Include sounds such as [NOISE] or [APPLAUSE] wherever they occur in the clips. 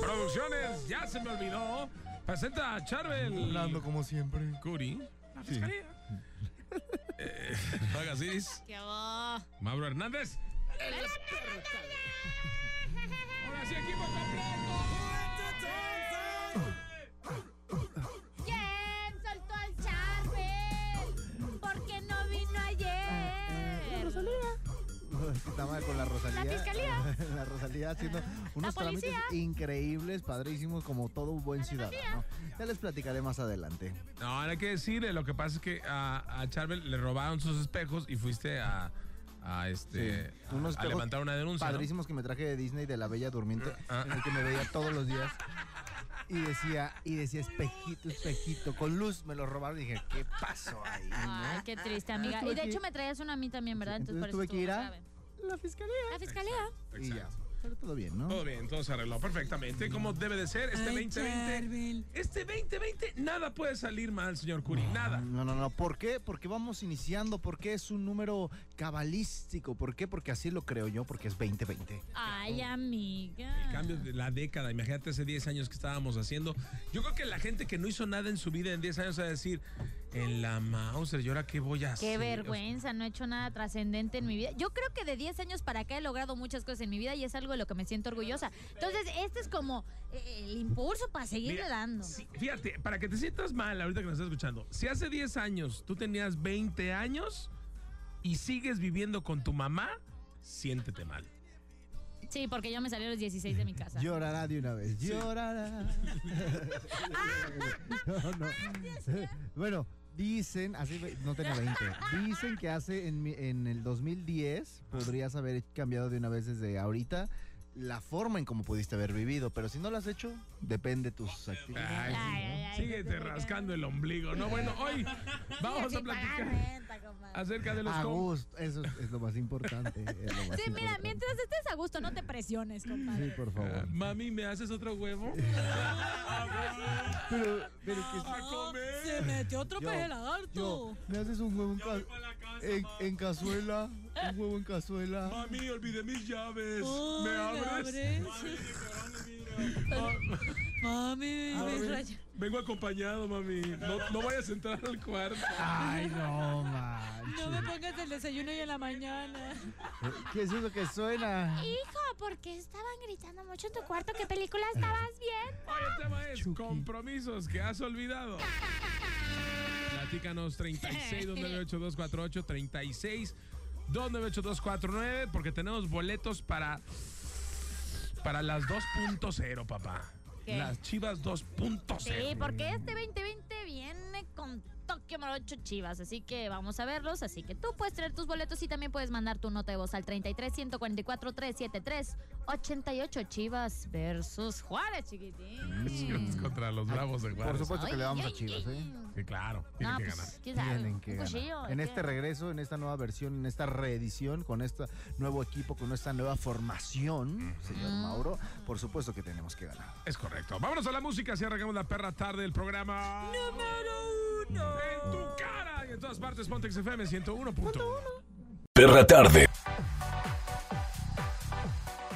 Producciones, ya se me olvidó. Presenta a Charbel. Hablando como siempre. Curi. La fiscalía. [LAUGHS] Eh, Vaga Ciris, ¿Qué va? Mauro Hernández. Ahora sí, equipo completo. ¿Quién soltó al Charbel? ¿Por qué no vino ayer? Es que [LAUGHS] está mal con la Rosalía. La fiscalía. [LAUGHS] La Rosalía haciendo unos trámites policía. increíbles, padrísimos, como todo un buen ciudadano. Ya les platicaré más adelante. No, ahora hay que decirle, lo que pasa es que a, a Charbel le robaron sus espejos y fuiste a, a este Sí, unos a, a espejos levantar una denuncia. ¿no? Padrísimos que me traje de Disney de la Bella Durmiente, Ah. en el que me veía todos los días. Y decía, y decía espejito, espejito, con luz me lo robaron. Y dije, ¿qué pasó ahí? Ay, Ah, qué triste, amiga. Y de hecho me traías una a mí también, ¿verdad? Sí, Entonces, entonces por eso tuve que ir estuvo a- grave. La fiscalía. La fiscalía. Y ya. Exacto. Pero todo bien, ¿no? Todo bien, todo se arregló perfectamente, como debe de ser. Este 2020, este 2020, nada puede salir mal, señor Curi, nada. No, no, no. ¿Por qué? Porque vamos iniciando. ¿Por qué es un número cabalístico? ¿Por qué? Porque así lo creo yo, porque es 2020. Ay, El amiga. cambio de la década, imagínate hace 10 años que estábamos haciendo. Yo creo que la gente que no hizo nada en su vida en 10 años va a decir, en la Mauser, ¿y ahora qué voy a hacer? Qué vergüenza, no he hecho nada trascendente en mi vida. Yo creo que de 10 años para acá he logrado muchas cosas en mi vida y es algo de lo que me siento orgullosa. Entonces, este es como eh, el impulso para seguirle Mira, dando. sí, fíjate, para que te sientas mal ahorita que nos estás escuchando, si hace 10 años tú tenías 20 años y sigues viviendo con tu mamá, siéntete mal. Sí, porque yo me salí a los 16 de mi casa. Llorará de una vez. Llorará. No, no. Bueno, dicen, así ve- no tenía 20. Dicen que hace en, mi- en el 2010 podrías haber cambiado de una vez desde ahorita la forma en cómo pudiste haber vivido, pero si no lo has hecho, depende de tus actividades. Ay, Ay, ay, ay, síguete sí, sí, rascando el ombligo. No, bueno, [LAUGHS] hoy vamos a Sí, pagar platicar renta, compadre. acerca de los A com- gusto, eso es, es lo más importante. es lo más Sí, mira, importante. mientras estés a gusto, no te presiones, Sí, compadre. por favor. Eh, Mami, ¿me haces otro huevo? Pero, pero que A comer. Se metió otro Yo, peje lagarto. yo, me haces un huevo en, ca- en, en cazuela, un huevo en cazuela. Mami, olvidé mis llaves. Ay, ¿Me [LAUGHS] abres? Ah, Mami, Mami, me rayo. vengo acompañado, mami. No, no vayas a entrar al cuarto. Ay, no manches. No me pongas el desayuno y en la mañana. ¿Qué es eso que suena? Hijo, ¿por qué estaban gritando mucho en tu cuarto? ¿Qué película estabas viendo? Hoy el tema es Chucky. compromisos que has olvidado. Platícanos 36 248 36 248 porque tenemos boletos para para las 2.0, papá. ¿Qué? Las Chivas 2.0. Sí, porque este 2020 viene con Tokio Morocho Chivas, así que vamos a verlos. Así que tú puedes traer tus boletos y también puedes mandar tu nota de voz al 33 144 373 88 Chivas versus Juárez, Chivas chiquitín. contra los Bravos de Por Juárez. supuesto que le vamos a Ay, ay, Chivas, ay. ¿eh? Sí, claro, tienen No, que ganar. pues, quién sabe, Tienen que un cuchillo, ganar. En ¿qué? este regreso, en esta nueva versión, en esta reedición, con este nuevo equipo, con esta nueva formación, señor Mauro, por supuesto que tenemos que ganar. Es correcto. Vámonos a la música, si arrancamos la perra tarde del programa. Número uno. En tu cara y en todas partes, Pontex FM 101.1. Perra Tarde.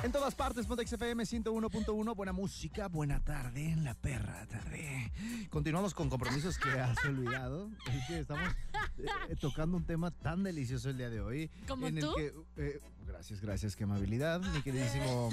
En todas partes, Pontex FM 101.1, buena música, buena tarde en la perra tarde. Continuamos con compromisos que [LAUGHS] has olvidado. Es que estamos eh, eh, tocando un tema tan delicioso el día de hoy. ¿Como en el tú? que, eh, gracias, gracias, qué amabilidad, mi [LAUGHS] queridísimo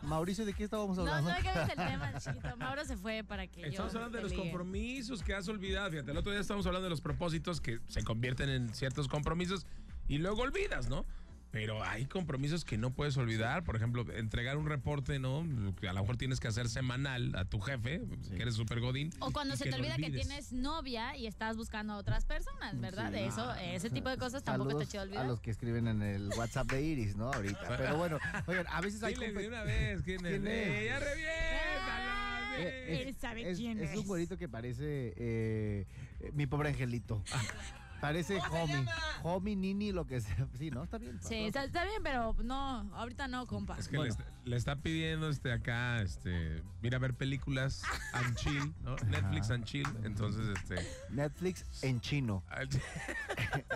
Mauricio, ¿de qué estábamos No, hablando? no hagas [LAUGHS] el tema, chiquito. Mauro se fue para que yo Estamos hablando de te los ligue. compromisos que has olvidado. Fíjate, el otro día estamos hablando de los propósitos que se convierten en ciertos compromisos y luego olvidas, ¿no? Pero hay compromisos que no puedes olvidar. Por ejemplo, entregar un reporte, ¿no? Que a lo mejor tienes que hacer semanal a tu jefe, que eres súper godín. O cuando y se te lo olvida que olvides. tienes novia y estás buscando a otras personas, ¿verdad? Sí. De eso, ese tipo de cosas tampoco Saludos está chido a olvidar. los que escriben en el WhatsApp de Iris, ¿no? Ahorita. Pero bueno, oigan, a veces hay Dile compe- de una vez quién es. ¿Quién es? ¡Eh, ya reviéntalo! Eh, sí! Ah. Él sabe es, quién es un es. güerito que parece eh, eh, mi pobre [LAUGHS] angelito. Parece homie. Homie, nini, lo que sea. Sí, ¿no? Está bien. Sí, está, está bien, pero no, ahorita no, compa. Es que Bueno. le, está, le está pidiendo este acá, este, mira a ver [LAUGHS] películas and chill, ¿no? Netflix and chill. Entonces, este. Netflix en [LAUGHS] chino. [LAUGHS]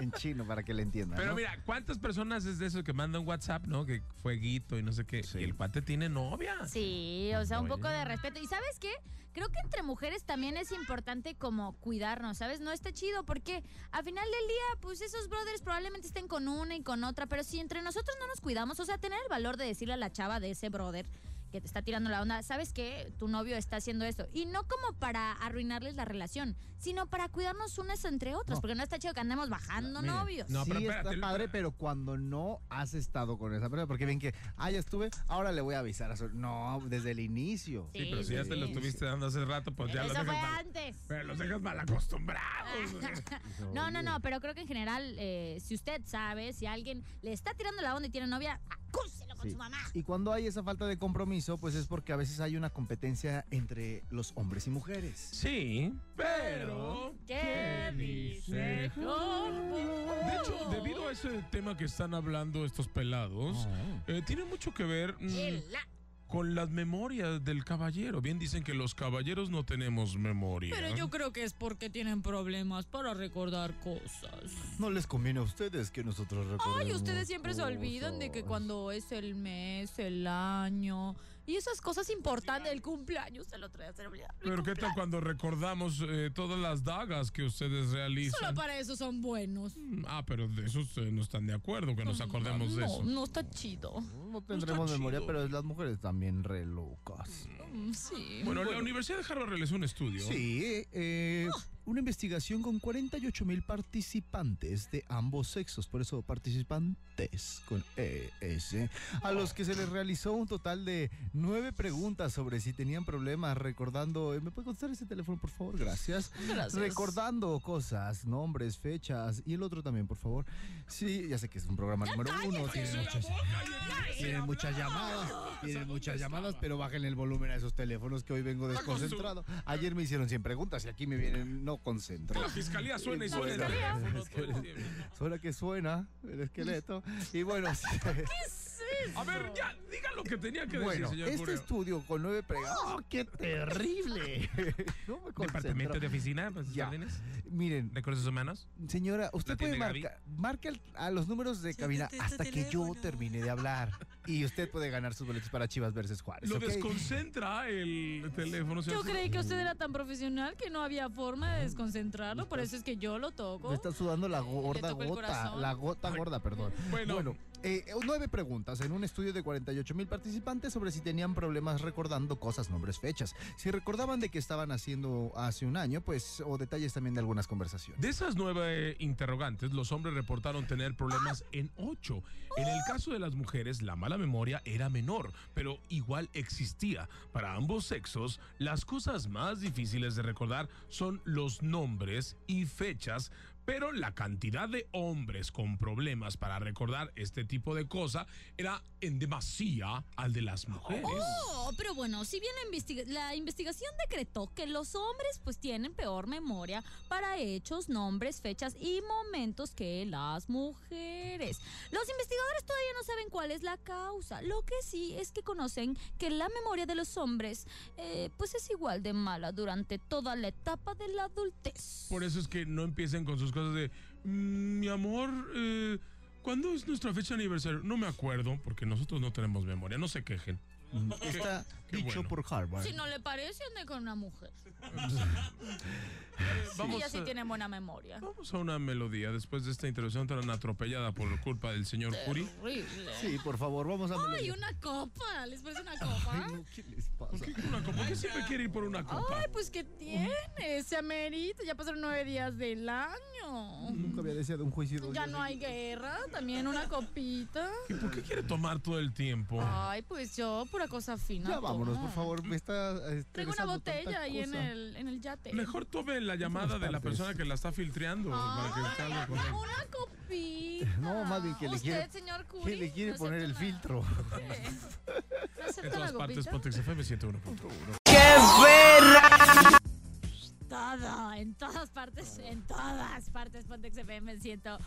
en chino, para que le entiendan. Pero ¿no? mira, ¿cuántas personas es de eso que mandan WhatsApp, ¿no? Que fue Guito y no sé qué. Sí. Y el cuate tiene novia. Sí, o sea, un Oye. poco de respeto. ¿Y sabes qué? Creo que entre mujeres también es importante como cuidarnos, ¿sabes? No está chido porque a final del día, pues esos brothers probablemente estén con una y con otra, pero si entre nosotros no nos cuidamos, o sea, tener el valor de decirle a la chava de ese brother que te está tirando la onda, ¿sabes qué? Tu novio está haciendo esto. Y no como para arruinarles la relación, sino para cuidarnos unas entre otras, No. porque no está chido que andemos bajando Mira, novios. no, sí pero está espérate, padre, Lu- pero cuando no has estado con esa persona, porque ven que, ah, ya estuve, ahora le voy a avisar a su... No, desde el inicio. Sí, Sí, pero si Pues ya sí, te lo sí. estuviste dando hace rato, pues ya lo Eso dejas fue mal. antes. Pero los dejas mal [LAUGHS] acostumbrados. No, no, no, pero creo que en general, eh, si usted sabe, si alguien le está tirando la onda y tiene novia, ah, acúselo con Sí. su mamá. Y cuando hay esa falta de compromiso, pues es porque a veces hay una competencia entre los hombres y mujeres. Sí, pero. ¿Qué dice De hecho, debido a ese tema que están hablando estos pelados, eh, tiene mucho que ver. mm, Con las memorias del caballero. Bien dicen que los caballeros no tenemos memoria. Pero yo creo que es porque tienen problemas para recordar cosas. No les conviene a ustedes que nosotros recordemos. Ay, ustedes siempre se olvidan de que cosas. cuando es el mes, el año y esas cosas importantes, el cumpleaños, el otro día se lo olvidó. Pero qué tal cuando recordamos eh, todas las dagas que ustedes Solo realizan. para eso son buenos. Mm, Ah, pero de eso ustedes no están de acuerdo, que nos acordemos Mm, no, de eso. No está chido. No tendremos chido. memoria, pero las mujeres también re locas. Mm, Sí. Bueno, la Universidad de Harvard realizó un estudio. Sí, eh, una investigación con 48 mil participantes de ambos sexos, por eso participantes con ES, a los que se les realizó un total de nueve preguntas sobre si tenían problemas recordando, eh, ¿me puede contestar ese teléfono por favor? Gracias. Gracias. Recordando cosas, nombres, fechas y el otro también, por favor. Sí, ya sé que es un programa número uno, tiene muchas, tiene muchas llamadas, tiene muchas llamadas, pero bajen el volumen a esos teléfonos que hoy vengo desconcentrado. Ayer me hicieron 100 preguntas y aquí me vienen no concentrado. La fiscalía suena y La suena. el fiscalía. teléfono todo el tiempo. Suena que suena el esqueleto. Y bueno, A ver, ya, diga lo que tenía que decir, bueno señor este Cureo. estudio con nueve preguntas. ¡Oh, qué terrible! no me Departamento concentro. de Oficina, pues, Ya. Jardines, Miren, Recursos Humanos. Señora, usted ¿La puede tiene Gaby? marcar, marque al- a los números de Sí, cabina contesta hasta que yo teléfono. termine de hablar. Y usted puede ganar sus boletos para Chivas versus Juárez. Lo ¿ok? desconcentra el teléfono. señor Yo Cureo. creí que usted era tan profesional que no había forma Mm. de desconcentrarlo, por eso es que yo lo Me toco. está sudando la gorda tocó el gota. corazón. La gota gorda, perdón. Bueno. Bueno, eh, eh, nueve preguntas en un estudio de 48 mil participantes sobre si tenían problemas recordando cosas, nombres, fechas. Si recordaban de que estaban haciendo hace un año, pues, o detalles también de algunas conversaciones. De esas nueve eh, interrogantes, los hombres reportaron tener problemas en ocho. En el caso de las mujeres, la mala memoria era menor, pero igual existía. Para ambos sexos, las cosas más difíciles de recordar son los nombres y fechas, pero la cantidad de hombres con problemas para recordar este tipo de cosa era en demasía al de las mujeres. Oh, pero bueno, si bien la, investiga- la investigación decretó que los hombres pues tienen peor memoria para hechos, nombres, fechas y momentos que las mujeres. Los investigadores todavía no saben cuál es la causa. Lo que sí es que conocen que la memoria de los hombres eh, pues es igual de mala durante toda la etapa de la adultez. Por eso es que no empiecen con sus cosas de, "Mm, mi amor, eh, ¿cuándo es nuestra fecha de aniversario? No me acuerdo, porque nosotros no tenemos memoria, no se quejen. Está qué dicho bueno. por Harvard. Si no le parece, ande con una mujer. Eh, Vamos, Ella sí a, tiene buena memoria. vamos a una melodía después de esta introducción tan atropellada por culpa del señor Curi. Horrible. Sí, por favor, vamos a... Ay, una copa. ¿Les parece una copa? No, ¿qué les pasa? ¿Qué quiere una copa? ¿Por qué siempre quiere ir por una copa? Ay, pues ¿qué tiene? Se amerita, ya pasaron nueve días del año. Nunca había deseado un juicio. dos Ya días no hay guerra, también una copita. ¿Y por qué quiere tomar todo el tiempo? Ay, pues yo, pura cosa fina. de- Ya vámonos, tomo. por favor. Me está. este, Tengo ah. una besando botella tanta ahí en cosa. el, en el yate. Mejor tome la llamada de la Bastantes. persona que la está filtreando. para que Ay, salga con él. una copita. [LAUGHS] No, más bien que le Usted, quiere- señor Curi, ¿Qué le quiere no poner el acepta nada. filtro? [LAUGHS] ¿No En acepta la todas partes, copita? Pontex FM 101.1. Todo, en todas partes, en todas partes, Pontex FM 101.1.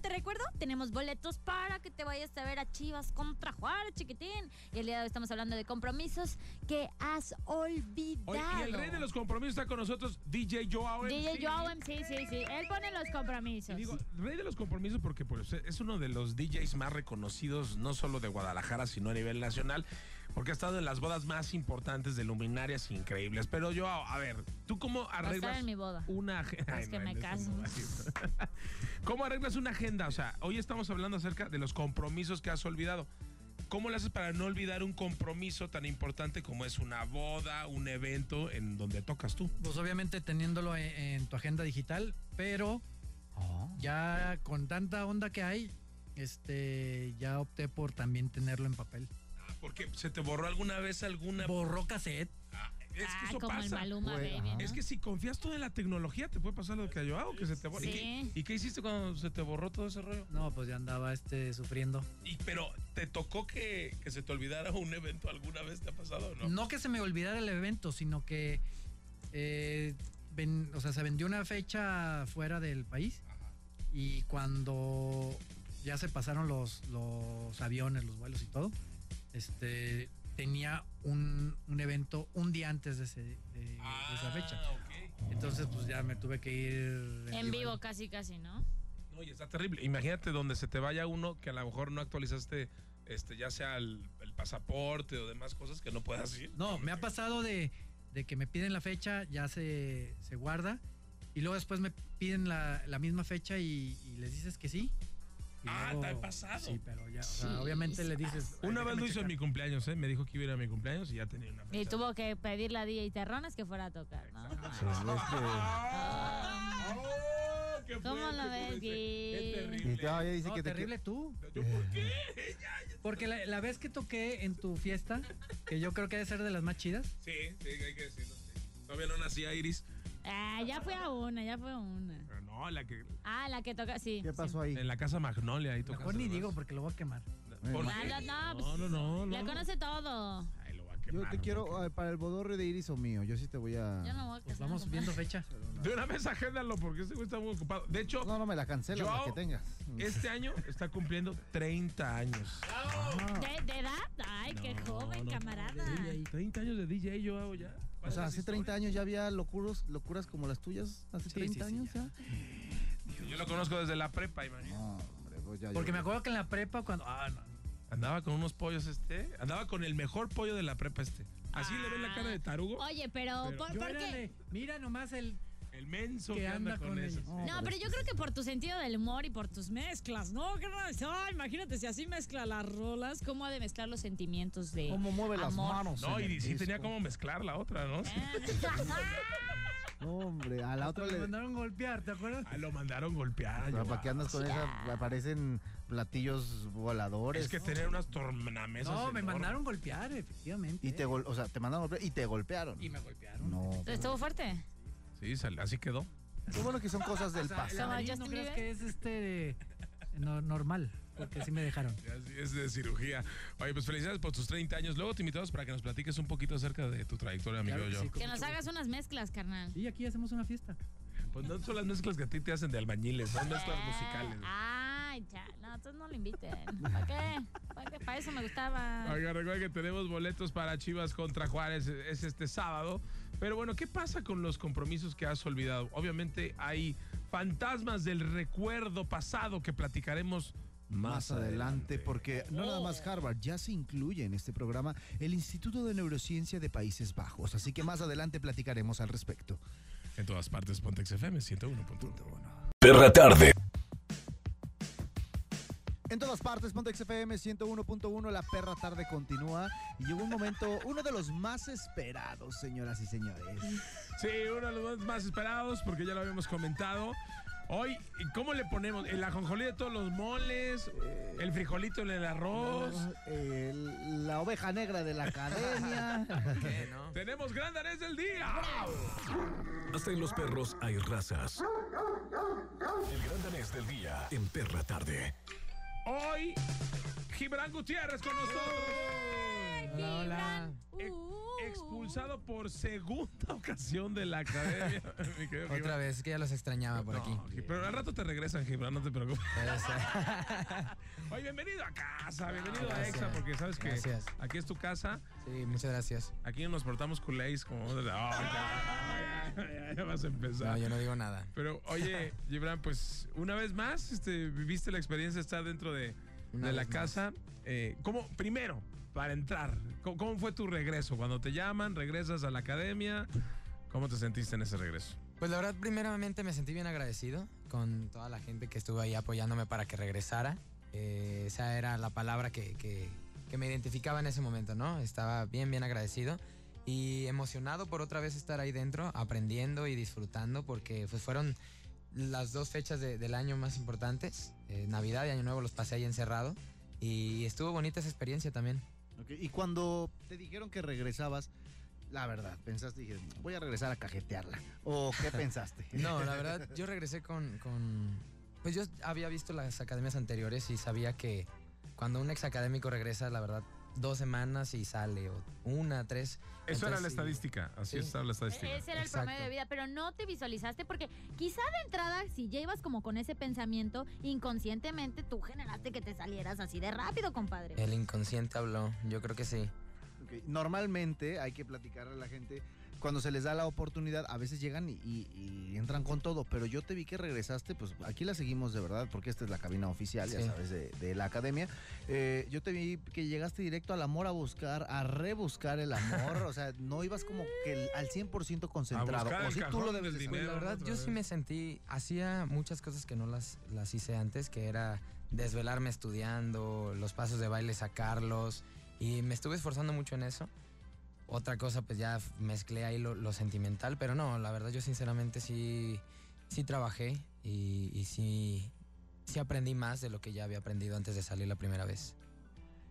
Te recuerdo, tenemos boletos para que te vayas a ver a Chivas contra Juárez, chiquitín. Y el día de hoy estamos hablando de compromisos que has Oye, olvidado. y el rey de los compromisos está con nosotros, DJ Joao. DJ MC. Joao, sí, sí, sí. Él pone los Y compromisos. digo, rey de los compromisos porque pues, es uno de los DJs más reconocidos, no solo de Guadalajara, sino a nivel nacional, porque ha estado en las bodas más importantes de luminarias increíbles. Pero Joao, a ver, ¿tú cómo Va a estar arreglas en mi boda. una agenda? que me caso. ¿Cómo arreglas una agenda? O sea, hoy estamos hablando acerca de los compromisos que has olvidado. ¿Cómo lo haces para no olvidar un compromiso tan importante como es una boda, un evento en donde tocas tú? Pues obviamente teniéndolo en, en tu agenda digital, pero ya con tanta onda que hay, este, ya opté por también tenerlo en papel. Porque se te borró alguna vez alguna... Borró cassette. Ah, es que ah, eso como el pasa. Maluma Pues, Baby, ajá. ¿no? Es que si confías todo en la tecnología, te puede pasar lo que a Joao, que se te borra. ¿Y, Sí. qué, y qué hiciste cuando se te borró todo ese rollo? No, pues ya andaba este sufriendo. Y, pero, ¿te tocó que, que se te olvidara un evento alguna vez? ¿Te ha pasado o no? No, que se me olvidara el evento, sino que eh, ven- o sea, se vendió una fecha fuera del país y cuando ya se pasaron los, los aviones, los vuelos y todo, este tenía un, un evento un día antes de, ese- de- de esa fecha. Ah, ok. Entonces pues ya me tuve que ir En vivo casi, casi, ¿no? No, y está terrible. Imagínate donde se te vaya uno que a lo mejor no actualizaste, este, ya sea el, el pasaporte o demás cosas que no puedas ir. No, me ha pasado de, de que me piden la fecha, ya se, se guarda, y luego después me piden la, la misma fecha y, y les dices que sí. y Ah, luego- te ha pasado. Ah, Sí, pero ya, o sea, obviamente le dices. Una vez "Ay, déjame lo hizo en mi checar". cumpleaños, ¿eh? Me dijo que iba a ir a mi cumpleaños y ya tenía una fecha. Y tuvo que pedirle a DJ Terrones que fuera a tocar, ¿no? Sí, es Ah. ¡Oh! ¡Qué ¿Cómo fuerte, lo dice? ves, Gui? ¡Qué que- Y terrible! te- ah, ya dice No, que te terrible tú. ¿Yo por qué? Porque la, la vez que toqué en tu fiesta, que yo creo que debe ser de las más chidas, Sí, sí, hay que decirlo. sí. Todavía no nacía Iris. Ah, ya fue a una, ya fue a una. Pero no, la que, Ah, la que toca, sí. ¿Qué pasó ahí? en la casa Magnolia ahí tocando. mejor ni digo porque lo voy a quemar. ¿Por sí. qué? No, no, no, No, pues, no, no. La no. conoce todo. Ay, lo va a quemar. Yo te quiero porque- ah, para el bodorrio de Iris o mío. Yo sí te voy a. Yo no voy a Pues casar vamos con- viendo fecha. De una vez agéndalo porque este güey está muy ocupado. De hecho, No, no me la cancelas la Yo- que tengas. este año está cumpliendo 30 años. ¿De, de edad? Ay, qué No, joven, no, camarada. no, DJ. 30 años de DJ yo hago ya. O sea, hace 30 años ya había locuros, locuras como las tuyas. Hace Sí, 30 sí, sí, años ya. Yo lo conozco desde la prepa, imagínate. No, hombre, pues ya Porque yo- me acuerdo que en la prepa cuando. Ah, no. Andaba con unos pollos este. Andaba con el mejor pollo de la prepa este. Así le ven la cara de tarugo. Oye, pero, Pero ¿por, Yo por era qué? de, Mira nomás el. El menso Que que anda, anda con, con eso. el- No, pero yo creo que por tu sentido del humor y por tus mezclas, ¿no? Que no- Ay, imagínate, si así mezcla las rolas, ¿cómo ha de mezclar los sentimientos de...? ¿Cómo mueve las Amor. Ah. manos? No, en el y sí tenía disco. como mezclar la otra, ¿no? No, hombre, a la otra Hasta me le. mandaron golpear, ¿te acuerdas? Ah, lo mandaron golpear. Pero yo, ¿Para qué andas con esa? Aparecen platillos voladores. Es que tener unas tornamesas. No, me enormes. mandaron golpear, efectivamente. Y te, ¿eh? gol- o sea, te mandaron golpear y [LAUGHS] te golpearon. Y me golpearon. No. ¿Estuvo fuerte? Sí, sal- así quedó. Qué bueno que son cosas del O sea, pasado. la nariz Justin no creas Bieber? que es este no- normal, porque sí me dejaron. Así es de cirugía. Oye, pues felicidades por tus 30 años. Luego te invitamos para que nos platiques un poquito acerca de tu trayectoria, amigo. Claro que yo. sí, con Que nos mucho hagas unas mezclas, carnal. gusto. Y aquí hacemos una fiesta. Pues no son las mezclas que a ti te hacen de albañiles, son mezclas Ah, musicales. Ay, ya. No, entonces no lo inviten. ¿Para qué? ¿Para qué? Para eso me gustaba. Oiga, recuerda que tenemos boletos para Chivas contra Juárez, es este sábado. Pero bueno, ¿qué pasa con los compromisos que has olvidado? Obviamente hay fantasmas del recuerdo pasado que platicaremos Más adelante, porque no nada más Harvard, ya se incluye en este programa el Instituto de Neurociencia de Países Bajos. Así que más adelante platicaremos al respecto. En todas partes, Pontex FM 101.1. Perra tarde. En todas partes, Ponte XFM 101.1, la perra tarde continúa. Y llegó un momento, uno de los más esperados, señoras y señores. Sí, uno de los más esperados, porque ya lo habíamos comentado. Hoy, ¿cómo le ponemos? ¿El ajonjolí de todos los moles? ¿El frijolito en el arroz? Eh, la oveja negra de la academia. [LAUGHS] ¿Qué, no? ¡Tenemos gran danés del día! Hasta en los perros hay razas. El gran danés del día en Perra Tarde. Hoy, Gibran Gutiérrez con nosotros. Hola, hola. Ex- Expulsado por segunda [LAUGHS] ocasión de la academia. mi querido Otra Gibran. vez, que ya los extrañaba [LAUGHS] por No, aquí. Gi- pero al rato te regresan, Gibran, no te preocupes. Pero, o sea, Oye, bienvenido a casa, [LAUGHS] bienvenido a gracias. EXA, porque sabes que Gracias. aquí es tu casa. sí, muchas gracias. Aquí no nos portamos culés como... Ay, ya, ya, ya vas a No, empezar. yo no digo nada. Pero oye, [LAUGHS] Gibran, pues una vez más este, viviste la experiencia de estar dentro de, Una de la vez más. casa. Eh, ¿Cómo? Primero, para entrar, ¿cómo, cómo fue tu regreso? Cuando te llaman, regresas a la academia. ¿Cómo te sentiste en ese regreso? Pues la verdad, primeramente me sentí bien agradecido con toda la gente que estuvo ahí apoyándome para que regresara. Eh, esa era la palabra que, que- que me identificaba en ese momento, ¿no? Estaba bien, bien agradecido y emocionado por otra vez estar ahí dentro, aprendiendo y disfrutando, porque pues fueron las dos fechas de- del año más importantes. Eh, Navidad y Año Nuevo los pasé ahí encerrado y estuvo bonita esa experiencia también. Ok, Y cuando te dijeron que regresabas, la verdad, pensaste, dije, voy a regresar a cajetearla. ¿O [LAUGHS] qué pensaste? No, la verdad, yo regresé con, con- Pues yo había visto las academias anteriores y sabía que cuando un exacadémico regresa, la verdad, dos semanas y sale, o una, tres. Eso era la Entonces, sí. estadística, así Pues, Sí. estaba la estadística. E-, Ese era el Exacto. promedio de vida, pero no te visualizaste porque quizá de entrada, si ya ibas como con ese pensamiento, inconscientemente tú generaste que te salieras así de rápido, compadre. El inconsciente habló, yo creo que sí. Ok, Normalmente hay que platicar a la gente. Cuando se les da la oportunidad, a veces llegan y, y- y entran con todo. Pero yo te vi que regresaste, pues aquí la seguimos de verdad, porque esta es la cabina oficial, ya Sí. sabes, de, de la academia. Eh, yo te vi que llegaste directo al amor a buscar, a rebuscar el amor. o sea, no ibas como que el- al 100% concentrado. buscar o el si tú cajón lo debes del de saber. Pues, la Primero, verdad, otra yo vez. sí me sentí, hacía muchas cosas que no las, las hice antes, que era desvelarme estudiando, los pasos de baile sacarlos, y me estuve esforzando mucho en eso. Otra cosa, pues ya f- mezclé ahí lo, lo sentimental, pero no, la verdad yo sinceramente sí, sí trabajé y, y sí, sí aprendí más de lo que ya había aprendido antes de salir la primera vez.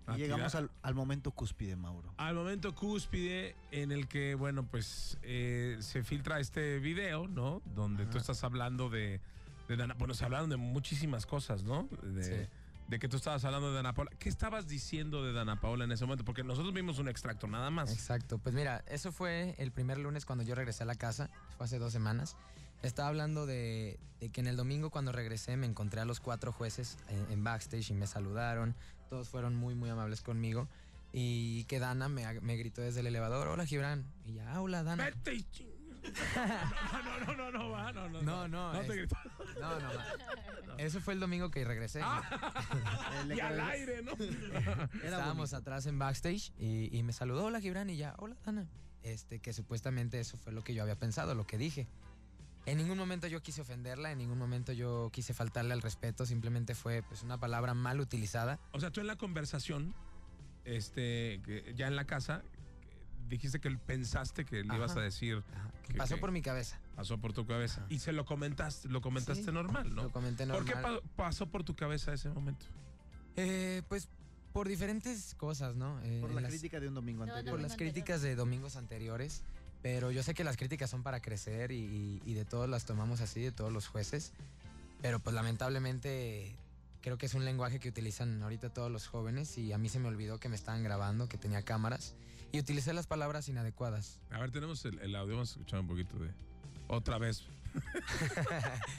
A Y llegamos tirar. al, al momento cúspide, Mauro. Al momento cúspide en el que, bueno, pues eh, se filtra este video, ¿no? Donde tú estás hablando de, de Dana- Bueno, se hablaron de muchísimas cosas, ¿no? De, Sí. de que tú estabas hablando de Dana Paola. ¿Qué estabas diciendo de Dana Paola en ese momento? Porque nosotros vimos un extracto nada más. Exacto. Pues mira, eso fue el primer lunes cuando yo regresé a la casa. Fue hace dos semanas. Estaba hablando de, de que en el domingo cuando regresé me encontré a los cuatro jueces en, en backstage y me saludaron. Todos fueron muy, muy amables conmigo. Y que Dana me, ag- me gritó desde el elevador, hola Gibran. Y ya, "Ah, hola Dana. Vete y ching- [LAUGHS] No, no, no, no, no, va, no, no. No, no, No es- te grites. [LAUGHS] No, no, ma. Eso fue el domingo que regresé. Ah. Eh, le Y al crees- aire, [LAUGHS] ¿no? [LAUGHS] Era Estábamos bonito. atrás en backstage y, y me saludó, hola Gibran, y ya, hola Dana. Este, que supuestamente eso fue lo que yo había pensado, lo que dije. En ningún momento yo quise ofenderla, en ningún momento yo quise faltarle al respeto, simplemente fue pues una palabra mal utilizada. O sea, tú en la conversación, este, que ya en la casa, que dijiste que pensaste que le Ajá. ibas a decir, que ¿Qué, pasó qué? por mi cabeza. pasó por tu cabeza. Y se lo comentaste, lo comentaste Sí, normal, ¿no? Lo comenté normal. ¿Por qué pa- pasó por tu cabeza ese momento? Eh, pues por diferentes cosas, ¿no? Eh, Por la las- crítica de un domingo No, no, anterior. por domingo las anterior. críticas de domingos anteriores, pero yo sé que las críticas son para crecer y, y- y de todos las tomamos así, de todos los jueces, pero pues lamentablemente creo que es un lenguaje que utilizan ahorita todos los jóvenes y a mí se me olvidó que me estaban grabando, que tenía cámaras y utilicé las palabras inadecuadas. A ver, tenemos el, el audio, vamos a escuchar un poquito de... Otra [LAUGHS] vez.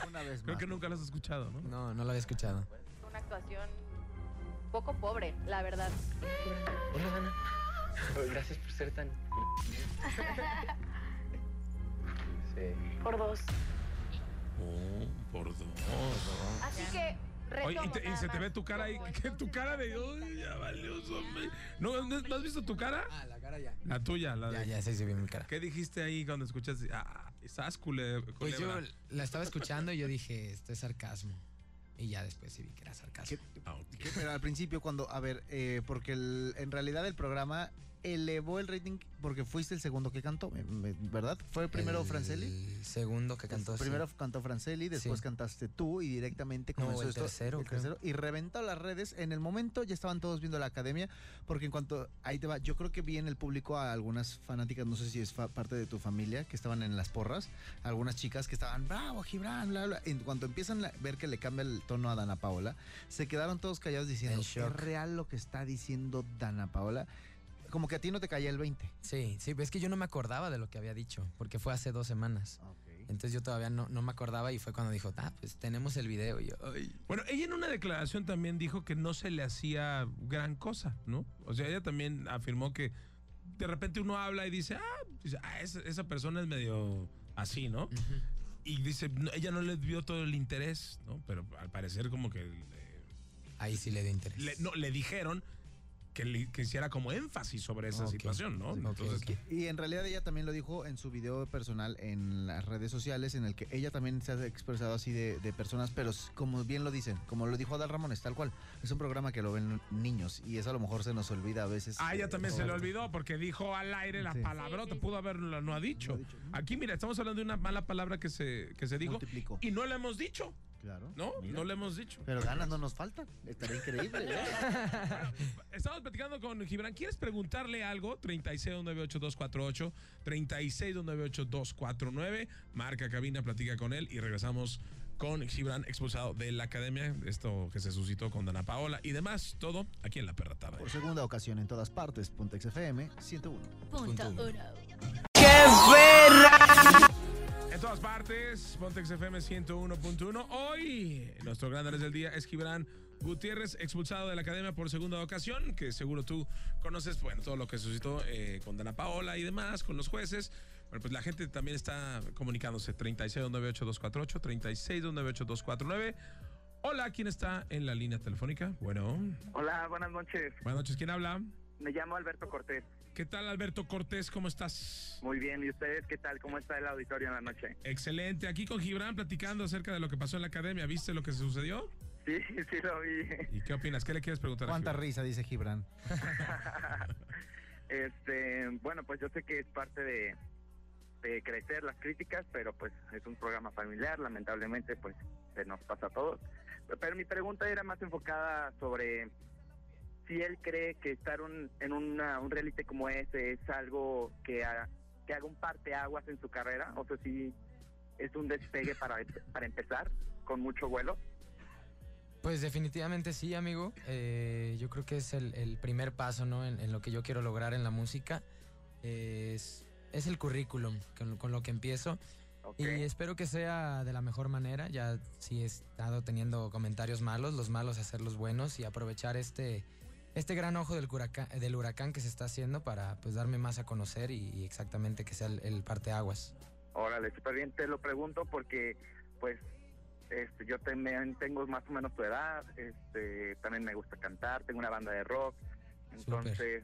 Una vez Creo más. que nunca lo has escuchado, ¿no? No, no lo había escuchado. una actuación poco pobre, la verdad. Hola, Dana. [LAUGHS] Gracias por ser tan. Sí. Por dos. Oh, por dos. Así que. Oye, retomo y, te- y nada se te ve más. tu cara ahí. Como que tu entonces cara de. fue "Ay, bonita ya la valió, pelea. hombre". ¿No, no, no has visto tu cara? Ah, la cara ya. La tuya, la Ya, de. ya se hizo bien mi cara. ¿Qué dijiste ahí cuando escuchaste? Ah, estás cule- Pues yo culebra"? la estaba escuchando y yo dije, esto es sarcasmo. Y ya después sí vi que era sarcasmo. Que- Pero al principio cuando, a ver, eh, porque el- en realidad el programa elevó el rating porque fuiste el segundo que cantó, me- me- ¿verdad? ¿Fue primero El Franceli? segundo que cantó. sí. Primero cantó Franceli, después Sí. cantaste tú y directamente No, comenzó el esto, tercero, creo. y reventó las redes. En el momento ya estaban todos viendo la academia porque en cuanto ahí te va, yo creo que vi en el público a algunas fanáticas, no sé si es fa- parte de tu familia que estaban en las porras, algunas chicas que estaban bravo Gibran, bla bla. En cuanto empiezan a ver que le cambia el tono a Dana Paola, se quedaron todos callados diciendo En es shock. real lo que está diciendo Dana Paola. Como que a ti no te caía el 20. Sí, sí, es que yo no me acordaba de lo que había dicho, porque fue hace dos semanas. Entonces yo todavía no, no me acordaba y fue cuando dijo, ah, pues tenemos el video. Y yo, ay. Bueno, ella en una declaración también dijo que no se le hacía gran cosa, ¿no? O sea, ella también afirmó que de repente uno habla y dice, ah, dice, ah, esa, esa persona es medio así, ¿no? Y dice, "No, ella no le vio todo el interés, ¿no? Pero al parecer como que... Ahí sí le dio interés. Le, no, le dijeron que, le- que hiciera como énfasis sobre esa Ok. situación, ¿no? Ok, Entonces, ok. Y en realidad ella también lo dijo en su video personal en las redes sociales, en el que ella también se ha expresado así de, de personas, pero s- como bien lo dicen, como lo dijo Adal Ramones, tal cual. Es un programa que lo ven niños y eso a lo mejor se nos olvida a veces. A Ah, ella eh, también se le todo. olvidó porque dijo al aire las Sí. palabrotas, pudo haberlo no ha dicho. Aquí, mira, estamos hablando de una mala palabra que se, que se dijo Multiplicó. y no la hemos dicho, Claro. ¿no? No la hemos dicho. Pero ganas no nos faltan. Estaría increíble. ¿eh? [LAUGHS] Estamos platicando con Gibran. ¿Quieres preguntarle algo? 36298248, 36298249. Marca cabina, platica con él y regresamos con Gibran expulsado de la academia. Esto que se suscitó con Dana Paola y demás, todo aquí en la perra tarde. Por segunda ocasión en todas partes, Punto XFM 101. Punto uno. En todas partes, Pontex FM 101.1. Hoy, nuestro gran Andrés del día es Gibran Gutiérrez, expulsado de la academia por segunda ocasión, que seguro tú conoces, bueno, todo lo que suscitó eh, con Dana Paola y demás, con los jueces. Bueno, pues la gente también está comunicándose, 36298248, 36298249. Hola, ¿quién está en la línea telefónica? Bueno, Hola, buenas noches. buenas noches, ¿quién habla? Me llamo Alberto Cortés. ¿Qué tal, Alberto Cortés? ¿Cómo estás? Muy bien, ¿y ustedes qué tal? ¿Cómo está el auditorio en la noche? Excelente, aquí con Gibran platicando acerca de lo que pasó en la academia. ¿Viste lo que sucedió? Sí, sí lo vi. ¿Y qué opinas? ¿Qué le quieres preguntar? a ¿Cuánta Gibran? [LAUGHS] risa dice Gibran? [LAUGHS] Este, bueno, pues yo sé que es parte de, de crecer las críticas, pero pues es un programa familiar, lamentablemente pues se nos pasa a todos. Pero mi pregunta era más enfocada sobre si él cree que estar un- en una- un reality como ese es algo que, ha- que haga un parteaguas en su carrera, o sea, si es un despegue para, para empezar con mucho vuelo. Pues definitivamente sí, amigo. Eh, yo creo que es el, el primer paso, ¿no? En, en lo que yo quiero lograr en la música. Es, es el currículum con, con lo que empiezo. Y espero que sea de la mejor manera. Ya sí he estado teniendo comentarios malos, los malos hacerlos buenos y aprovechar este, este gran ojo del huracán, del huracán que se está haciendo para pues darme más a conocer y, y exactamente que sea el, el parteaguas. Órale, súper bien, te lo pregunto porque, pues, este, yo también tengo más o menos tu edad, este, también me gusta cantar, tengo una banda de rock, entonces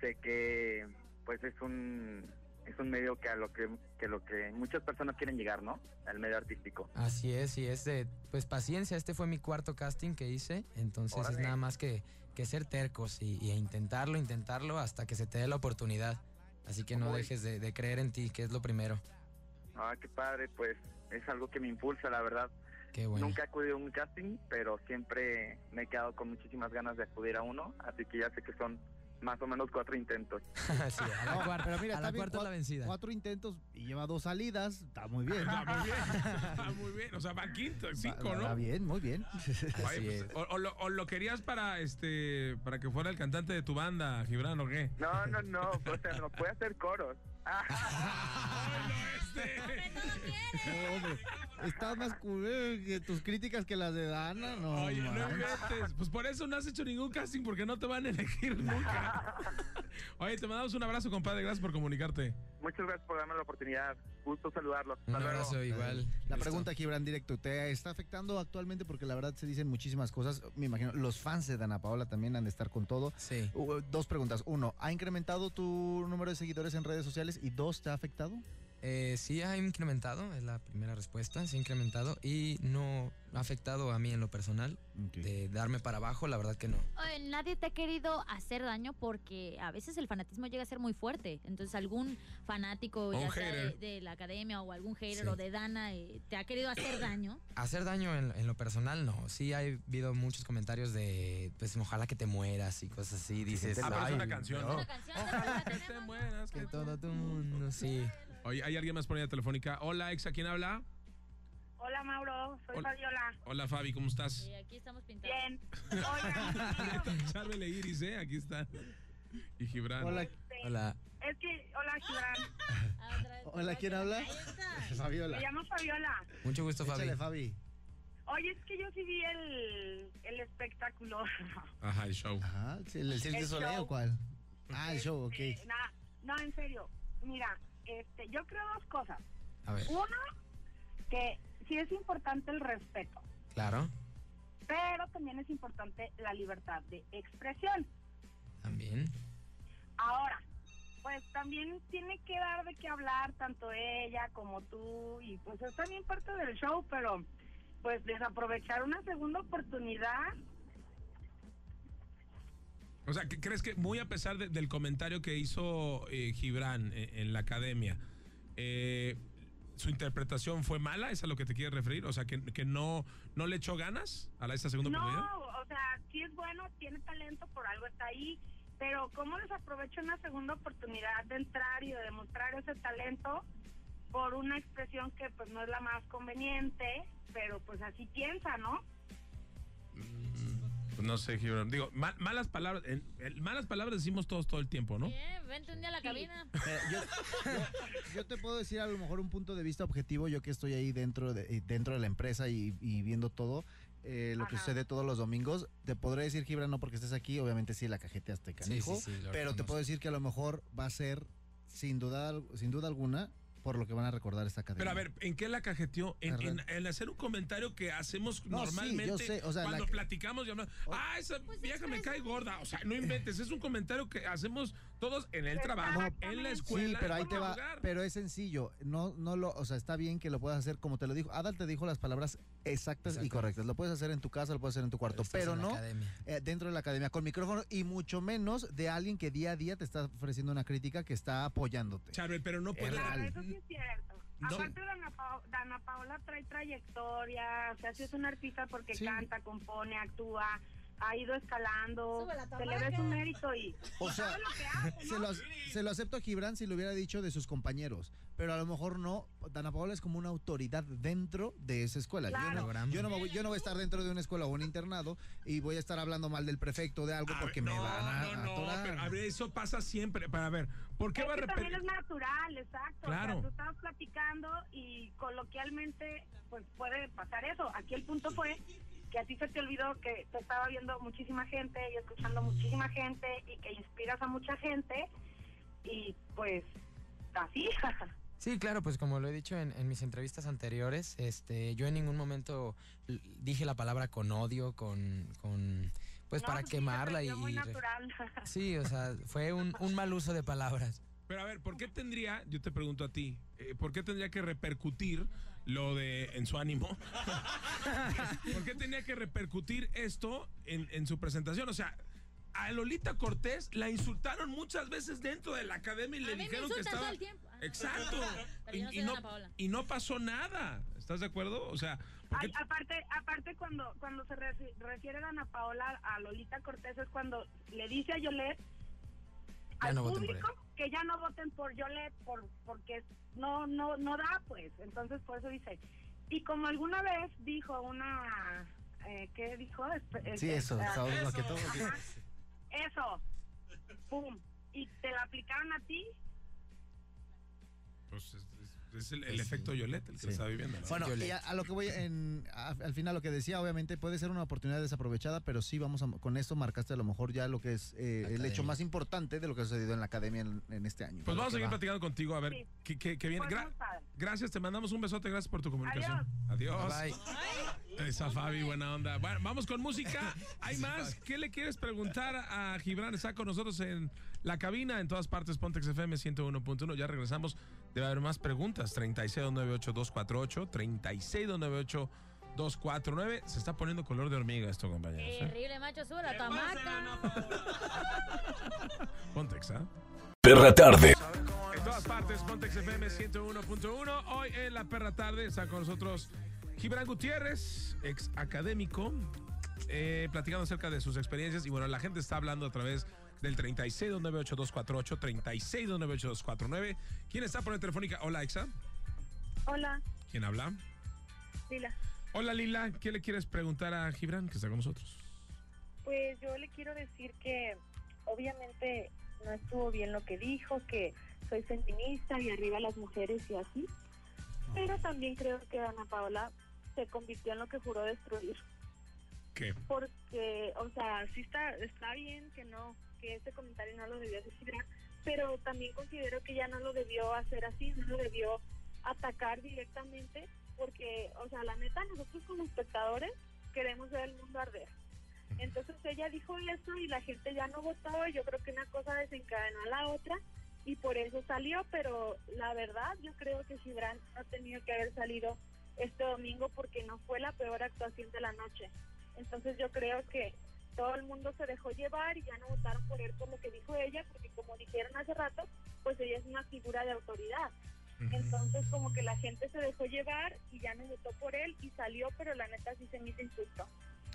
sé que, pues, es un es un medio que a lo que, que lo que muchas personas quieren llegar, ¿no? Al medio artístico. Así es, y es de, pues paciencia, este fue mi cuarto casting que hice, entonces es Órale. nada más que, que ser tercos y, y intentarlo, intentarlo hasta que se te dé la oportunidad. Así que no Uy. dejes de, de creer en ti, que es lo primero. Ah, qué padre, pues, es algo que me impulsa, la verdad. Qué bueno. Nunca he acudido a un casting, pero siempre me he quedado con muchísimas ganas de acudir a uno, así que ya sé que son más o menos cuatro intentos. [LAUGHS] Sí, a la, No, cuar- pero mira, a la está bien, cuarta es la cua- vencida. Cuatro intentos y lleva dos salidas. Está muy bien. Está Ah, muy [LAUGHS] bien. Está muy bien. O sea, va quinto, cinco, Está ¿no? bien, muy bien. [LAUGHS] Oye, pues, o, o lo, o lo querías para este para que fuera el cantante de tu banda, Gibran, ¿o qué? No, no, no, o sea, no puede hacer [LAUGHS] coros. [LAUGHS] No, hombre, Estás más culero que tus críticas que las de Dana, no. Oye, no man. inventes. Pues por eso no has hecho ningún casting, porque no te van a elegir [LAUGHS] nunca. Oye, te mandamos un abrazo, compadre. Gracias por comunicarte. Muchas gracias por darme la oportunidad. Gusto saludarlos. Un Hasta luego. abrazo igual. La eh, Listo. pregunta aquí, Bran, directo, ¿te está afectando actualmente? Porque la verdad se dicen muchísimas cosas. Me imagino, los fans de Dana Paola también han de estar con todo. Sí. Uh, Dos preguntas. Uno, ¿ha incrementado tu número de seguidores en redes sociales? Y dos, ¿te ha afectado? Eh, sí ha incrementado, es la primera respuesta, sí ha incrementado y no ha afectado a mí en lo personal de darme para abajo, la verdad que no. Oye, nadie te ha querido hacer daño porque a veces el fanatismo llega a ser muy fuerte. Entonces algún fanático O ya un sea de, hater. de la academia o algún hater Sí. o de Dana eh, te ha querido [COUGHS] hacer daño. Hacer daño en, en lo personal, no. Sí ha habido muchos comentarios de, pues, ojalá que te mueras y cosas así. Dices, Ah, pero es "Ay, una canción. no". Ojalá que te mueras, que todo tu mundo, sí. Oye, hay alguien más por ahí en la telefónica. Hola, ex, ¿a quién habla? Hola Mauro, soy Hola. Fabiola. Hola, Fabi, ¿cómo estás? Eh, aquí estamos pintando. Bien. [LAUGHS] Charmele Iris, ¿eh? Aquí está. Y Gibran. Hola. Hola. Es que, hola Ah. Gibran. Hola, ¿quién habla? [LAUGHS] Me llamo Fabiola. Mucho gusto, Fabi. Échale, Fabi. Oye, es que yo sí vi el, el espectáculo. [LAUGHS] Ajá, el show. Ajá, ¿sí, ¿el, el Cirque El du Soleil show. o cuál? Ah, el show, ok. Eh, Na- no, en serio. Mira, este, yo creo dos cosas. A ver. Uno, que sí es importante el respeto, Claro, pero también es importante la libertad de expresión. también. Ahora, pues también tiene que dar de qué hablar tanto ella como tú y pues es también parte del show, pero pues desaprovechar una segunda oportunidad. O sea, ¿qué ¿crees que muy a pesar de- del comentario que hizo eh, Gibran eh, en, la academia, eh, su interpretación fue mala? ¿Es a lo que te quieres referir? O sea, que, que no, no le echó ganas a la- esta segunda oportunidad. No, o sea, sí es bueno, tiene talento, por algo está ahí, pero ¿cómo desaprovecha una segunda oportunidad de entrar y de demostrar ese talento por una expresión que pues no es la más conveniente, pero pues así piensa, ¿no? Pues No sé, Gibran. Digo, ma- malas palabras. en- en- malas palabras decimos todos todo el tiempo, ¿no? Bien, vente un día a la cabina. Eh, yo, [LAUGHS] yo- yo te puedo decir a lo mejor un punto de vista objetivo, yo que estoy ahí dentro de, eh, dentro de la empresa y, y viendo todo. eh, lo que Ajá. sucede todos los domingos, te podré decir, Gibran, no porque estés aquí, obviamente sí, la cajete hasta canijo, sí, lo pero te reconozco. puedo decir que a lo mejor va a ser, sin duda, al- sin duda alguna, por lo que van a recordar esta cadena. Pero a ver, ¿en qué la cajeteó? En, en- en hacer un comentario que hacemos No, sí, normalmente yo sé, o sea, cuando la- platicamos y hablamos. Ah, esa Pues vieja me cae gorda. O sea, no inventes. Es un comentario que hacemos todos en el trabajo, en la escuela. Sí, pero ahí en te todo va. lugar. Pero es sencillo. No, no lo, o sea, está bien que lo puedas hacer como te lo dijo. Adal te dijo las palabras exactas y Exacto. correctas. Lo puedes hacer en tu casa, lo puedes hacer en tu cuarto, Estás pero en la no academia. eh, dentro de la academia con micrófono y mucho menos de alguien que día a día te está ofreciendo una crítica que está apoyándote. Charbel, pero no Es puede. real. Claro, eso sí es cierto. No. Aparte, Dana, Pa- Dana Paola trae trayectoria, o sea, sí es una artista porque canta, compone, actúa, ha ido escalando, se le ve su mérito y... [LAUGHS] O sea, se, lo, se lo acepto a Gibran si lo hubiera dicho de sus compañeros, pero a lo mejor no. Dana Paola es como una autoridad dentro de esa escuela. Claro. Yo, no, Programa. yo, no me voy, yo no voy a estar dentro de una escuela o un internado y voy a estar hablando mal del prefecto de algo porque me van a No, no, atorar. pero a ver, eso pasa siempre. Para ver, ¿por qué Es va a que también repetir? es natural, exacto. O Claro. sea, tú estabas platicando y coloquialmente, pues puede pasar eso. Aquí el punto fue que a ti se te olvidó que te estaba viendo muchísima gente y escuchando muchísima gente y que inspiras a mucha gente y pues así. Sí, claro, pues como lo he dicho en, en mis entrevistas anteriores, este, yo en ningún momento l- dije la palabra con odio, con, con pues [LAUGHS] No, para sí, quemarla y, salió Muy y re- natural. [LAUGHS] sí, o sea, fue un, un mal uso de palabras. Pero a ver, ¿por qué tendría, yo te pregunto a ti, eh, ¿por qué tendría que repercutir lo de en su ánimo? [LAUGHS] ¿Por qué tendría que repercutir esto en, en su presentación? O sea, a Lolita Cortés la insultaron muchas veces dentro de la academia y le a mí me dijeron que insultan estaba. todo el tiempo. Ah, no. Exacto. Pero Y, yo no soy y no, Dana Paola. y no pasó nada. ¿Estás de acuerdo? O sea, ¿por qué Ay, aparte, aparte cuando cuando se refi- refiere Ana Paola a Lolita Cortés es cuando le dice a Yolette Ya al no voten por público que ya no voten por Yolette por porque no no no da pues. Entonces por eso dice. Y como alguna vez dijo una eh, ¿qué dijo? Espe- Sí, eh, eso, eh, sabes lo que todo. Ajá. Eso. Pum. Y te la aplicaron a ti. Pues es, es- es el, el efecto Yolette el que lo está viviendo. ¿no? Bueno, y a, a lo que voy en- a- al final lo que decía, obviamente puede ser una oportunidad desaprovechada, pero sí vamos a, con esto marcaste a lo mejor ya lo que es eh, el Academia. hecho más importante de lo que ha sucedido en la academia en, en este año. Pues vamos a Lo que seguir va. platicando contigo, a ver Sí. qué, qué- qué viene. Pues, Gra- muy padre. gracias, te mandamos un besote, gracias por tu comunicación. Adiós. Bye. Esa Fabi, buena onda. Bueno, vamos con música. Hay más. ¿Qué le quieres preguntar a Gibran? Está con nosotros en La cabina en todas partes, Pontex FM 101.1. Ya regresamos. Debe haber más preguntas. 36298248, 36298249. Se está poniendo color de hormiga esto, compañeros. ¿eh? [LAUGHS] Terrible macho sur, la tamaca. Pontex, ¿ah? Perra tarde. En todas partes, Pontex FM 101.1. Hoy en la perra tarde está con nosotros Gibran Gutiérrez, ex académico, eh, platicando acerca de sus experiencias. Y bueno, la gente está hablando a través del 36298248, 36298249. ¿Quién está por la telefónica? Hola, Exa. Hola, ¿Quién habla? Lila. Hola, Lila. ¿Qué le quieres preguntar a Gibran que está con nosotros? Pues yo le quiero decir que obviamente no estuvo bien lo que dijo, que soy feminista y arriba las mujeres y así. Pero también creo que Ana Paola se convirtió en lo que juró destruir. ¿Qué? Porque, o sea, sí está, está bien que no, que este comentario no lo debió decir, pero también considero que ya no lo debió hacer así, no lo debió atacar directamente, porque, o sea, la neta, nosotros como espectadores queremos ver el mundo arder. Entonces ella dijo eso y la gente ya no votó y yo creo que una cosa desencadenó a la otra y por eso salió, pero la verdad yo creo que Gibran no ha tenido que haber salido este domingo porque no fue la peor actuación de la noche. Entonces yo creo que todo el mundo se dejó llevar y ya no votaron por él por lo que dijo ella, porque como dijeron hace rato, pues ella es una figura de autoridad. Entonces como que la gente se dejó llevar y ya no votó por él y salió, pero la neta sí se me hizo injusto.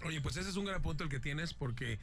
[LAUGHS] Oye, pues ese es un gran punto el que tienes porque,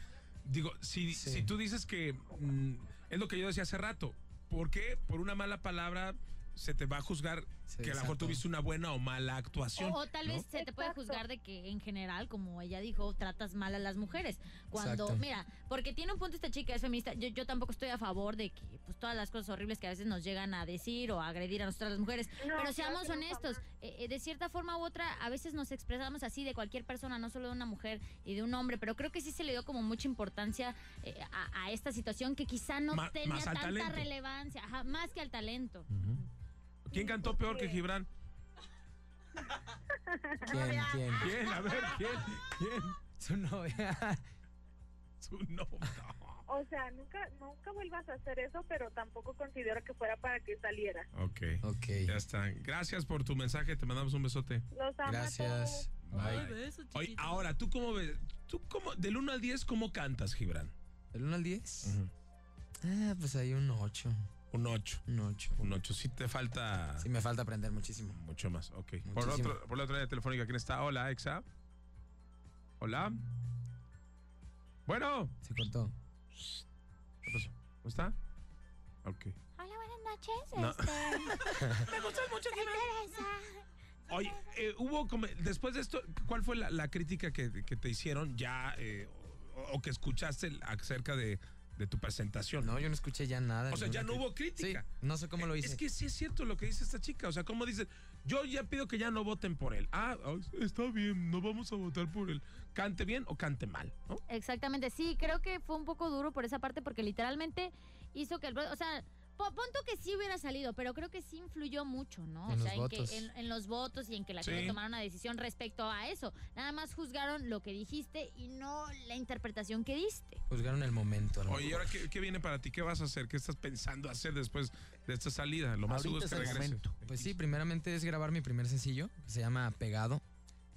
digo, si, si tú dices que mm, es lo que yo decía hace rato, ¿por qué por una mala palabra se te va a juzgar que a lo mejor exacto. tuviste una buena o mala O, actuación? o tal ¿no? vez se te puede juzgar de que en general, como ella dijo, tratas mal a las mujeres. Cuando, Exacto. mira, porque tiene un punto esta chica, es feminista, yo, yo tampoco estoy a favor de que pues, todas las cosas horribles que a veces nos llegan a decir o a agredir a nosotras las mujeres. No, Pero claro seamos que no, honestos, eh, eh, de cierta forma u otra, a veces nos expresamos así de cualquier persona, no solo de una mujer y de un hombre, pero creo que sí se le dio como mucha importancia eh, a, a esta situación que quizá no Ma- tenía más al tanta talento. relevancia, ajá, más que al talento. ¿Quién cantó peor que Gibran? ¿Quién? ¿Quién? ¿Quién? A ver, ¿quién? ¿Quién? Su novia. [LAUGHS] Su novia. O sea, nunca, nunca vuelvas a hacer eso, pero tampoco considero que fuera para que saliera. Ok. Ok. Ya está. Gracias por tu mensaje. Te mandamos un besote. Los amo a Gracias. todos. Ay, beso, Oye, chiquito. ahora, ¿tú cómo ves? ¿Tú cómo, del 1 al 10, cómo cantas, Gibran? ¿Del 1 al 10? Ah, pues hay un 8. Un 8. Un 8. Un 8. Sí te falta... Sí, me falta aprender muchísimo. Mucho más, ok. Por, Muchísimo. otro, por la otra línea telefónica, ¿quién está? Hola, Exa. Hola. Bueno. Se cortó. ¿Qué pasó? ¿Cómo está? Ok. Hola, buenas noches. No. [LAUGHS] Este... Me gustas mucho, Oye, eh, hubo como- después de esto, ¿cuál fue la, la crítica que, que te hicieron ya eh, o, o que escuchaste acerca de, de tu presentación? No, yo no escuché ya nada. O sea, ya no ninguna hubo crítica. Eh, Sí, no sé cómo lo hice. Es que sí es cierto lo que dice esta chica. O sea, ¿cómo dice? Yo ya pido que ya no voten por él. Ah, ah, está bien, no vamos a votar por él. Cante bien o cante mal, ¿no? Exactamente, sí, creo que fue un poco duro por esa parte porque literalmente hizo que el... bro- O sea, po- pon tú que sí hubiera salido, pero creo que sí influyó mucho, ¿no? En o sea, los en, votos. que, en, en los votos y en que la Sí. gente tomara una decisión respecto a eso. Nada más juzgaron lo que dijiste y no la interpretación que diste. Juzgaron el momento. a lo Oye, ¿y mejor. ahora qué, qué viene para ti? ¿Qué vas a hacer? ¿Qué estás pensando hacer después de esta salida? Lo más seguro es que regreses. Pues sí, primeramente es grabar mi primer sencillo, que se llama Pegado.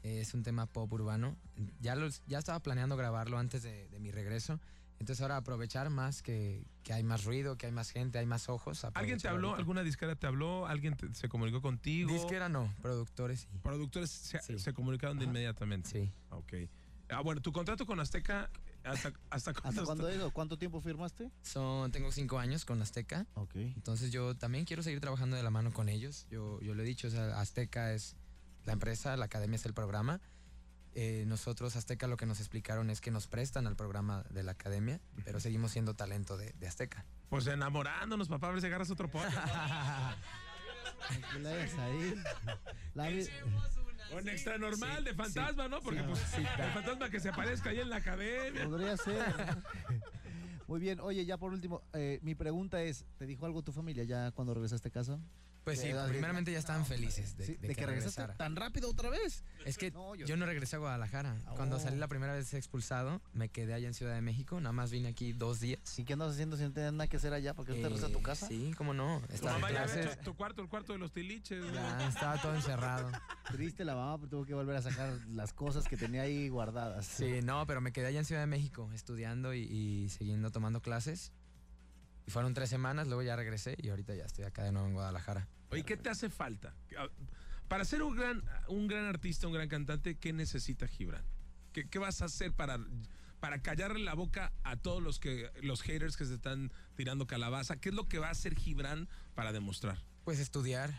Eh, Es un tema pop urbano. Ya, los, ya estaba planeando grabarlo antes de, de mi regreso. Entonces ahora aprovechar más que, que hay más ruido, que hay más gente, hay más ojos. ¿Alguien te aprovechar habló? ahorita. ¿Alguna disquera te habló? ¿Alguien te- se comunicó contigo? Disquera no, productores sí. Productores se, se comunicaron de inmediatamente. Sí. Ok. Ah, bueno, tu contrato con Azteca, ¿hasta, hasta cuándo? ¿Hasta cuándo está? es? ¿Cuánto tiempo firmaste? Son, tengo cinco años con Azteca. Entonces yo también quiero seguir trabajando de la mano con ellos. Yo, yo lo he dicho, o sea, Azteca es la empresa, la academia es el programa. Eh, nosotros, Azteca, lo que nos explicaron es que nos prestan al programa de la academia, pero seguimos siendo talento de, de Azteca. Pues enamorándonos, papá, a ver si agarras otro pollo. ¿Qué le hagas ahí? La vi- Un extra normal de [LAUGHS] fantasma, ¿no? Porque pues, el fantasma que se aparezca ahí en la academia. Podría ser. Muy bien, oye, ya por último, eh, mi pregunta es, ¿te dijo algo tu familia ya cuando regresaste a casa? Eh, Pues sí, De- de- primeramente ya estaban felices de, Sí, de que regresaste tan rápido otra vez. Es que [LAUGHS] No, yo- yo no regresé a Guadalajara. Cuando Oh. salí la primera vez expulsado, me quedé allá en Ciudad de México. Nada más vine aquí dos días. Eh, ¿Y qué andas haciendo si no tienes nada que hacer allá? ¿Por qué no te regresas a tu casa? Sí, cómo no. Estaba en mamá ya ve clases. tu, tu cuarto, el cuarto de los tiliches. güey. Ya, estaba todo encerrado. Triste la mamá, pero tuvo que volver a sacar las cosas que tenía ahí guardadas. Sí, no, pero me quedé allá en Ciudad de México estudiando y, y siguiendo tomando clases. Y fueron tres semanas, luego ya regresé y ahorita ya estoy acá de nuevo en Guadalajara. Oye, ¿qué te hace falta? Ah, Para ser un gran, un gran artista, un gran cantante, ¿qué necesita Gibran? ¿Qué, qué vas a hacer para, para callarle la boca a todos los, que, los haters que se están tirando calabaza? ¿Qué es lo que va a hacer Gibran para demostrar? Pues estudiar,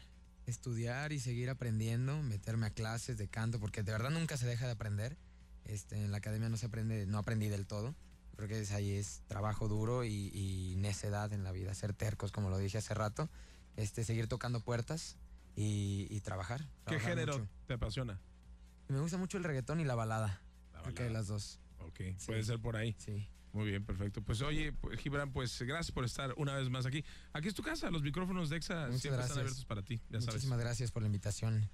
estudiar y seguir aprendiendo, meterme a clases de canto, porque de verdad nunca se deja de aprender. Este, en la academia no se aprende, no aprendí del todo. Creo que es ahí es trabajo duro y, y necedad en la vida, ser tercos, como lo dije hace rato. Este, seguir tocando puertas y, y trabajar. ¿Qué trabajar género mucho. te apasiona? Me gusta mucho el reggaetón y la balada. Creo que balada. las dos. Ok, puede ser por ahí. Sí. Muy bien, perfecto. Pues oye, pues, Gibran, pues gracias por estar una vez más aquí. Aquí es tu casa, los micrófonos de EXA Muchas siempre gracias. están abiertos para ti, ya sabes. Muchísimas gracias por la invitación.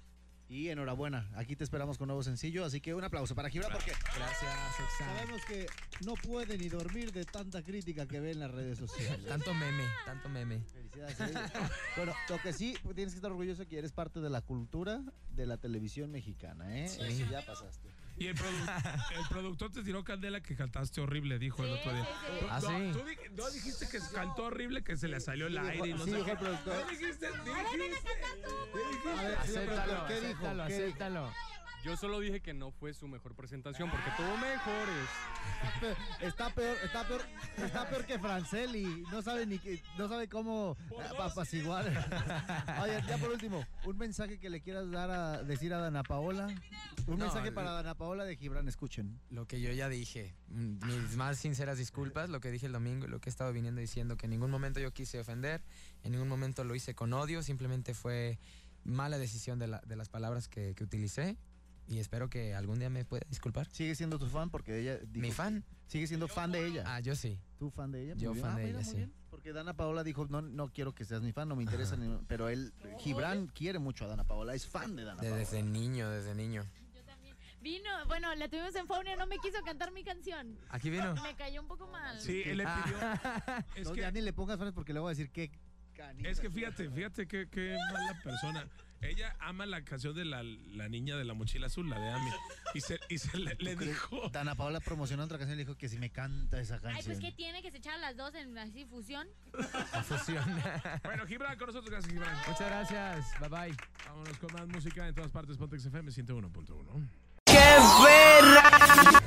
Y enhorabuena, aquí te esperamos con nuevo sencillo, así que un aplauso para Gibran porque Gracias, Exa. sabemos que no puede ni dormir de tanta crítica que ve en las redes sociales. Tanto meme, tanto meme. Felicidades a ellos. Bueno, lo que sí pues, tienes que estar orgulloso que eres parte de la cultura de la televisión mexicana, ¿eh? Sí. Eso ya pasaste. Y el, produ- el productor te tiró candela que cantaste horrible, dijo el otro día. sí. Tú- Ah, no, sí. tú di- no dijiste que cantó horrible, que se le salió el Sí, aire. y dijo- no sí, sé dijo qué. el productor. No dijiste, dijiste. A ver, señor productor, ¿qué dijo? ¿Qué dijo? Yo solo dije que no fue su mejor presentación porque Ah. tuvo mejores. Está peor, está peor, está peor que Franceli. No sabe ni que- no sabe cómo ap- apaciguar. Oye, ya por último, un mensaje que le quieras dar a decir a Dana Paola. Un No, mensaje l- para Dana Paola de Gibran, escuchen. Lo que yo ya dije, mm, mis más sinceras disculpas, lo que dije el domingo y lo que he estado viniendo diciendo, que en ningún momento yo quise ofender, en ningún momento lo hice con odio, simplemente fue mala decisión de, la- de las palabras que, que utilicé y espero que algún día me pueda disculpar. Sigue siendo tu fan porque ella dijo- ¿Mi fan? Sigue siendo fan de ella. Ah, yo sí. ¿Tú fan de ella? Yo Muy bien. fan Ah, de mira, ella, muy sí. bien. Porque Dana Paola dijo, no, no quiero que seas mi fan, no me interesa, ni- pero él, Gibran, quiere mucho a Dana Paola, es fan de Dana De- Paola. desde niño, desde niño. Vino, bueno, la tuvimos en Fauna, no me quiso cantar mi canción. Aquí vino. Me cayó un poco mal. Sí, él le Ah, [LAUGHS] pidió. Es no, que- ya ni le pongas fans porque le voy a decir que... Es que [LAUGHS] fíjate, fíjate qué, qué mala persona. Ella ama la canción de la, la niña de la mochila azul, la de Ami. Y se, y se le, le dijo. Dana Paola promocionó otra canción y le dijo que si me canta esa canción. Ay, pues que tiene que se echar las dos en así fusión. [LAUGHS] Bueno, Gibran, con nosotros, gracias, Gibran. Muchas gracias, bye bye. Vámonos con más música en todas partes, Pontex FM 101.1. ¡Qué verra!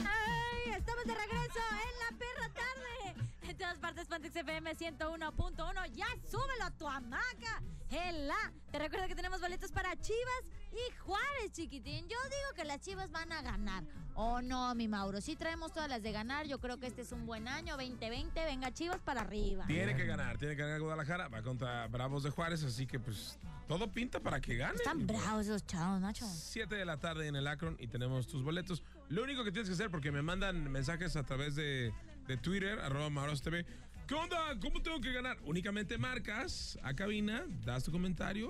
¡Ay! Estamos de regreso en la perra tarde. En todas partes, Pantex FM 101.1. Ya súbelo a tu hamaca. ¡Hela! Te recuerdo que tenemos boletos para Chivas y Juárez, chiquitín. Yo digo que las Chivas van a ganar. Oh, no, mi Mauro. Sí traemos todas las de ganar. Yo creo que este es un buen año. 2020. Venga, Chivas para arriba. Tiene que ganar, tiene que ganar Guadalajara. Va contra Bravos de Juárez, así que pues todo pinta para que gane. Están bravos esos chavos, Nacho. 7 de la tarde en el Akron y tenemos tus boletos. Lo único que tienes que hacer, porque me mandan mensajes a través de, de Twitter, arroba Mauros TV. ¿Qué onda? ¿Cómo tengo que ganar? Únicamente marcas a cabina, das tu comentario.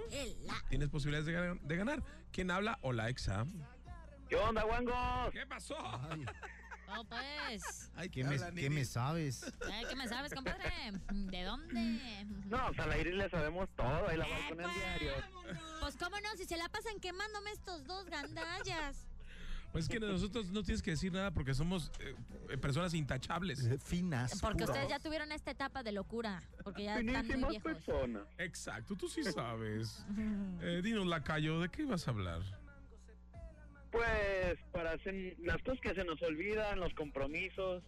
Tienes posibilidades de, gan- de ganar. ¿Quién habla? Hola, Exa. ¿Qué onda, guangos? ¿Qué pasó? No, pues. Ay, ¿qué me, Habla, ¿qué me sabes? Ay, ¿Qué me sabes, compadre? ¿De dónde? No, pues al aire le sabemos todo, oh, ahí la va con el diario. Pues cómo no, si se la pasan quemándome estos dos gandallas. Pues que nosotros no tienes que decir nada porque somos eh, personas intachables. Finas. Porque ustedes ya tuvieron esta etapa de locura, porque ya están muy Finísimas pues, viejos. personas. Exacto, tú sí sabes. [LAUGHS] Eh, dinos, Lacayo, ¿de qué ibas a hablar? Pues para hacer las cosas que se nos olvidan, los compromisos.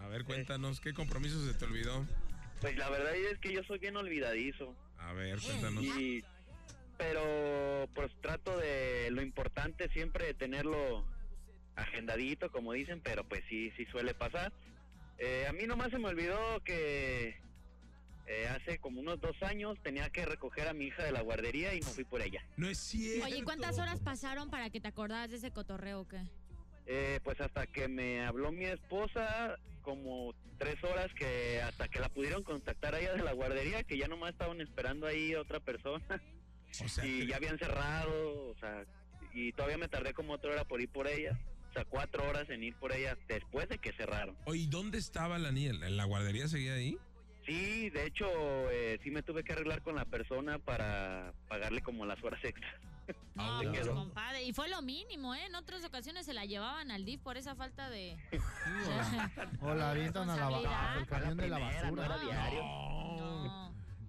A ver, cuéntanos, ¿qué compromiso se te olvidó? Pues la verdad es que yo soy bien olvidadizo. A ver, cuéntanos. Y, pero pues trato de lo importante siempre de tenerlo agendadito, como dicen, pero pues sí, sí suele pasar. Eh, a mí nomás se me olvidó que eh, hace como unos dos años tenía que recoger a mi hija de la guardería y no fui por ella. No es cierto. Oye, ¿cuántas horas pasaron para que te acordaras de ese cotorreo o qué? Eh, pues hasta que me habló mi esposa, como tres horas que hasta que la pudieron contactar a ella de la guardería, que ya nomás estaban esperando ahí otra [LAUGHS] persona. y ya habían cerrado, o sea, y todavía me tardé como otra hora por ir por ella. O sea, cuatro horas en ir por ella después de que cerraron. Oye, ¿y dónde estaba la niña? ¿En la guardería seguía ahí? Sí, de hecho, eh, sí me tuve que arreglar con la persona para pagarle como las horas extras. Ah, No, [LAUGHS] Se pues, quedó. compadre, y fue lo mínimo, ¿eh? En otras ocasiones se la llevaban al DIF por esa falta de... [LAUGHS] O la avientan a la basura. El camión de la basura. Responsabilidad. No era diario.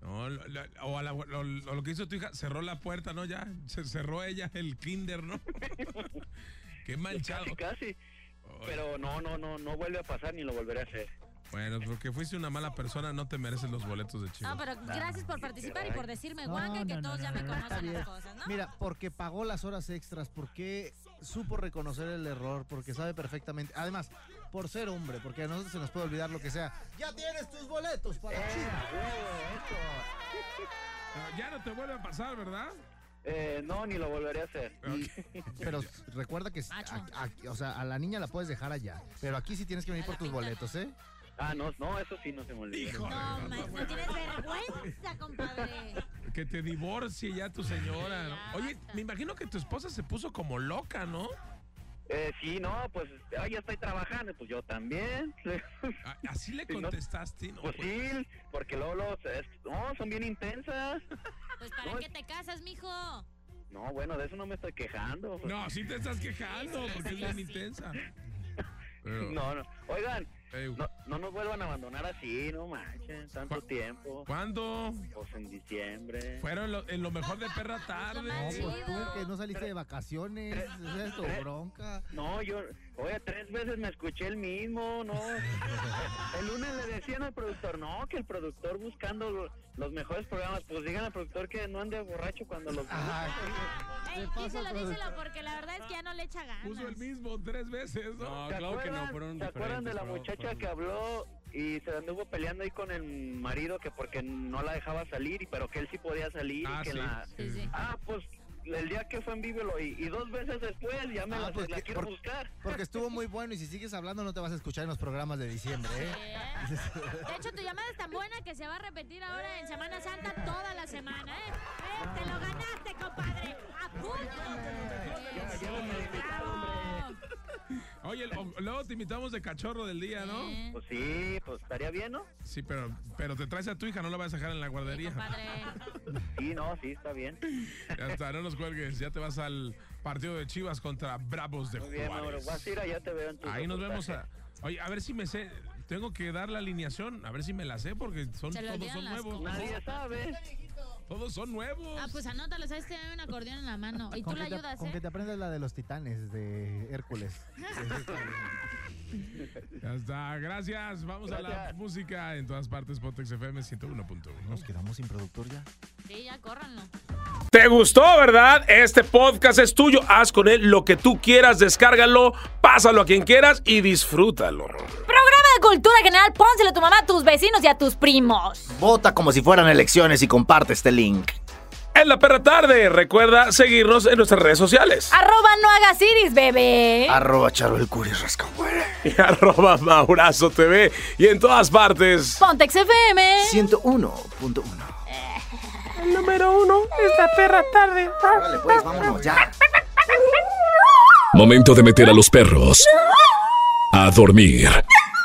No, lo- lo- o, a la- lo, lo- lo que hizo tu hija, cerró la puerta, ¿no? Ya, se cerró ella el kinder, [LAUGHS] ¿no? Qué manchado. Casi, Pero no, no, no, no vuelve a pasar ni lo volveré a hacer. Bueno, porque fuiste una mala persona, no te mereces los boletos de Chivas. No, pero gracias por participar y por decirme, guanga, que todos ya me conocen las cosas, ¿no? Mira, porque pagó las horas extras, porque supo reconocer el error, porque sabe perfectamente. Además, por ser hombre, porque a nosotros se nos puede olvidar lo que sea. Ya tienes tus boletos para Pero Ah, ya no te vuelve a pasar, ¿verdad? Eh, no, ni lo volveré a hacer. [LAUGHS] Pero recuerda que, Ah, a- a- o sea, a la niña la puedes dejar allá, pero aquí sí tienes que venir por tus boletos, ¿eh? Ah, no, no, eso sí no se me olvida. No, maestro, tienes vergüenza, compadre. Que te divorcie ya tu señora. ¿no? Oye, me imagino que tu esposa se puso como loca, ¿no? Eh, sí, no, pues ay, ya estoy trabajando, pues yo también. Ah, ¿Así [LAUGHS] le contestaste? pues sí, porque luego, luego, es- no, son bien intensas. Pues para qué te casas, mijo. No, bueno, de eso no me estoy quejando. No, sí te estás quejando, porque es bien intensa. [LAUGHS] No, no. Oigan, no, no nos vuelvan a abandonar así, no manchen, tanto ¿eh? tiempo. ¿Cuándo? Pues en diciembre. Fueron lo- en lo mejor de perra tarde. No, pues tú que no saliste de vacaciones, esa es tu Tres- bronca. No, yo, oye, tres veces me escuché el [LAUGHS] mismo, no. El lunes le decían al productor, no, que el productor buscando lo- los mejores programas, pues digan al productor que no ande borracho cuando los Ah, Ey, pasa, díselo, productor? díselo, porque la verdad es que ya no le echa ganas. Puso el mismo tres veces, ¿no? ¿Se acuerdan- ¿Se acuerdan de la diferentes, muchacha fueron- que habló y se anduvo peleando ahí con el marido que porque no la dejaba salir, y pero que él sí podía salir? Ah, y que sí. la- Sí, sí. Ah, pues el día que fue en vivo lo- y, y dos veces después ya me Ah, la, pues, la que- quiero por- buscar. Porque estuvo muy bueno y si sigues hablando no te vas a escuchar en los programas de diciembre, ¿eh? [LAUGHS] De hecho, tu llamada es tan buena que se va a repetir ahora en Semana Santa toda la semana, ¿eh? ¡Eh, te lo ganaste, compadre! ¡A punto! Oye, lo- luego te invitamos de cachorro del día, ¿no? Pues sí, pues estaría bien, ¿no? Sí, pero, pero te traes a tu hija, no la vas a dejar en la guardería. Sí, no, sí, está bien. [LAUGHS] Ya está, no nos cuelgues. Ya te vas al partido de Chivas contra Bravos de Muy bien, Mauro. Juárez. Vas a ir allá, te veo en tu Ahí nos vemos. A, reportaje. oye, a ver si me sé. Tengo que dar la alineación, a ver si me la sé, porque son, Se le todos olvidan son las nuevos. cosas. Nadie sabe. Todos son nuevos. Ah, pues anótalo, ¿sabes? Tiene un acordeón en la mano. Y tú Con le que te- ayudas, Con que ¿eh? te aprendas la de los titanes de Hércules. Ya está, gracias. Vamos a la Gracias. música en todas partes. Potex FM 101.1. Nos quedamos sin productor ya. Sí, ya córranlo. ¿Te gustó, verdad? Este podcast es tuyo. Haz con él lo que tú quieras. Descárgalo, pásalo a quien quieras y disfrútalo. Programa de cultura general, pónselo a tu mamá, a tus vecinos y a tus primos. Vota como si fueran elecciones y comparte este link. En la perra tarde, recuerda seguirnos en nuestras redes sociales. Arroba no hagas iris, bebé. Arroba Charo el Curis Rascón. Y [LAUGHS] arroba Maurazo TV y en todas partes. Pontex FM. 101.1. El número uno es la perra tarde. Vale, pues vámonos ya. Momento de meter a los perros a dormir.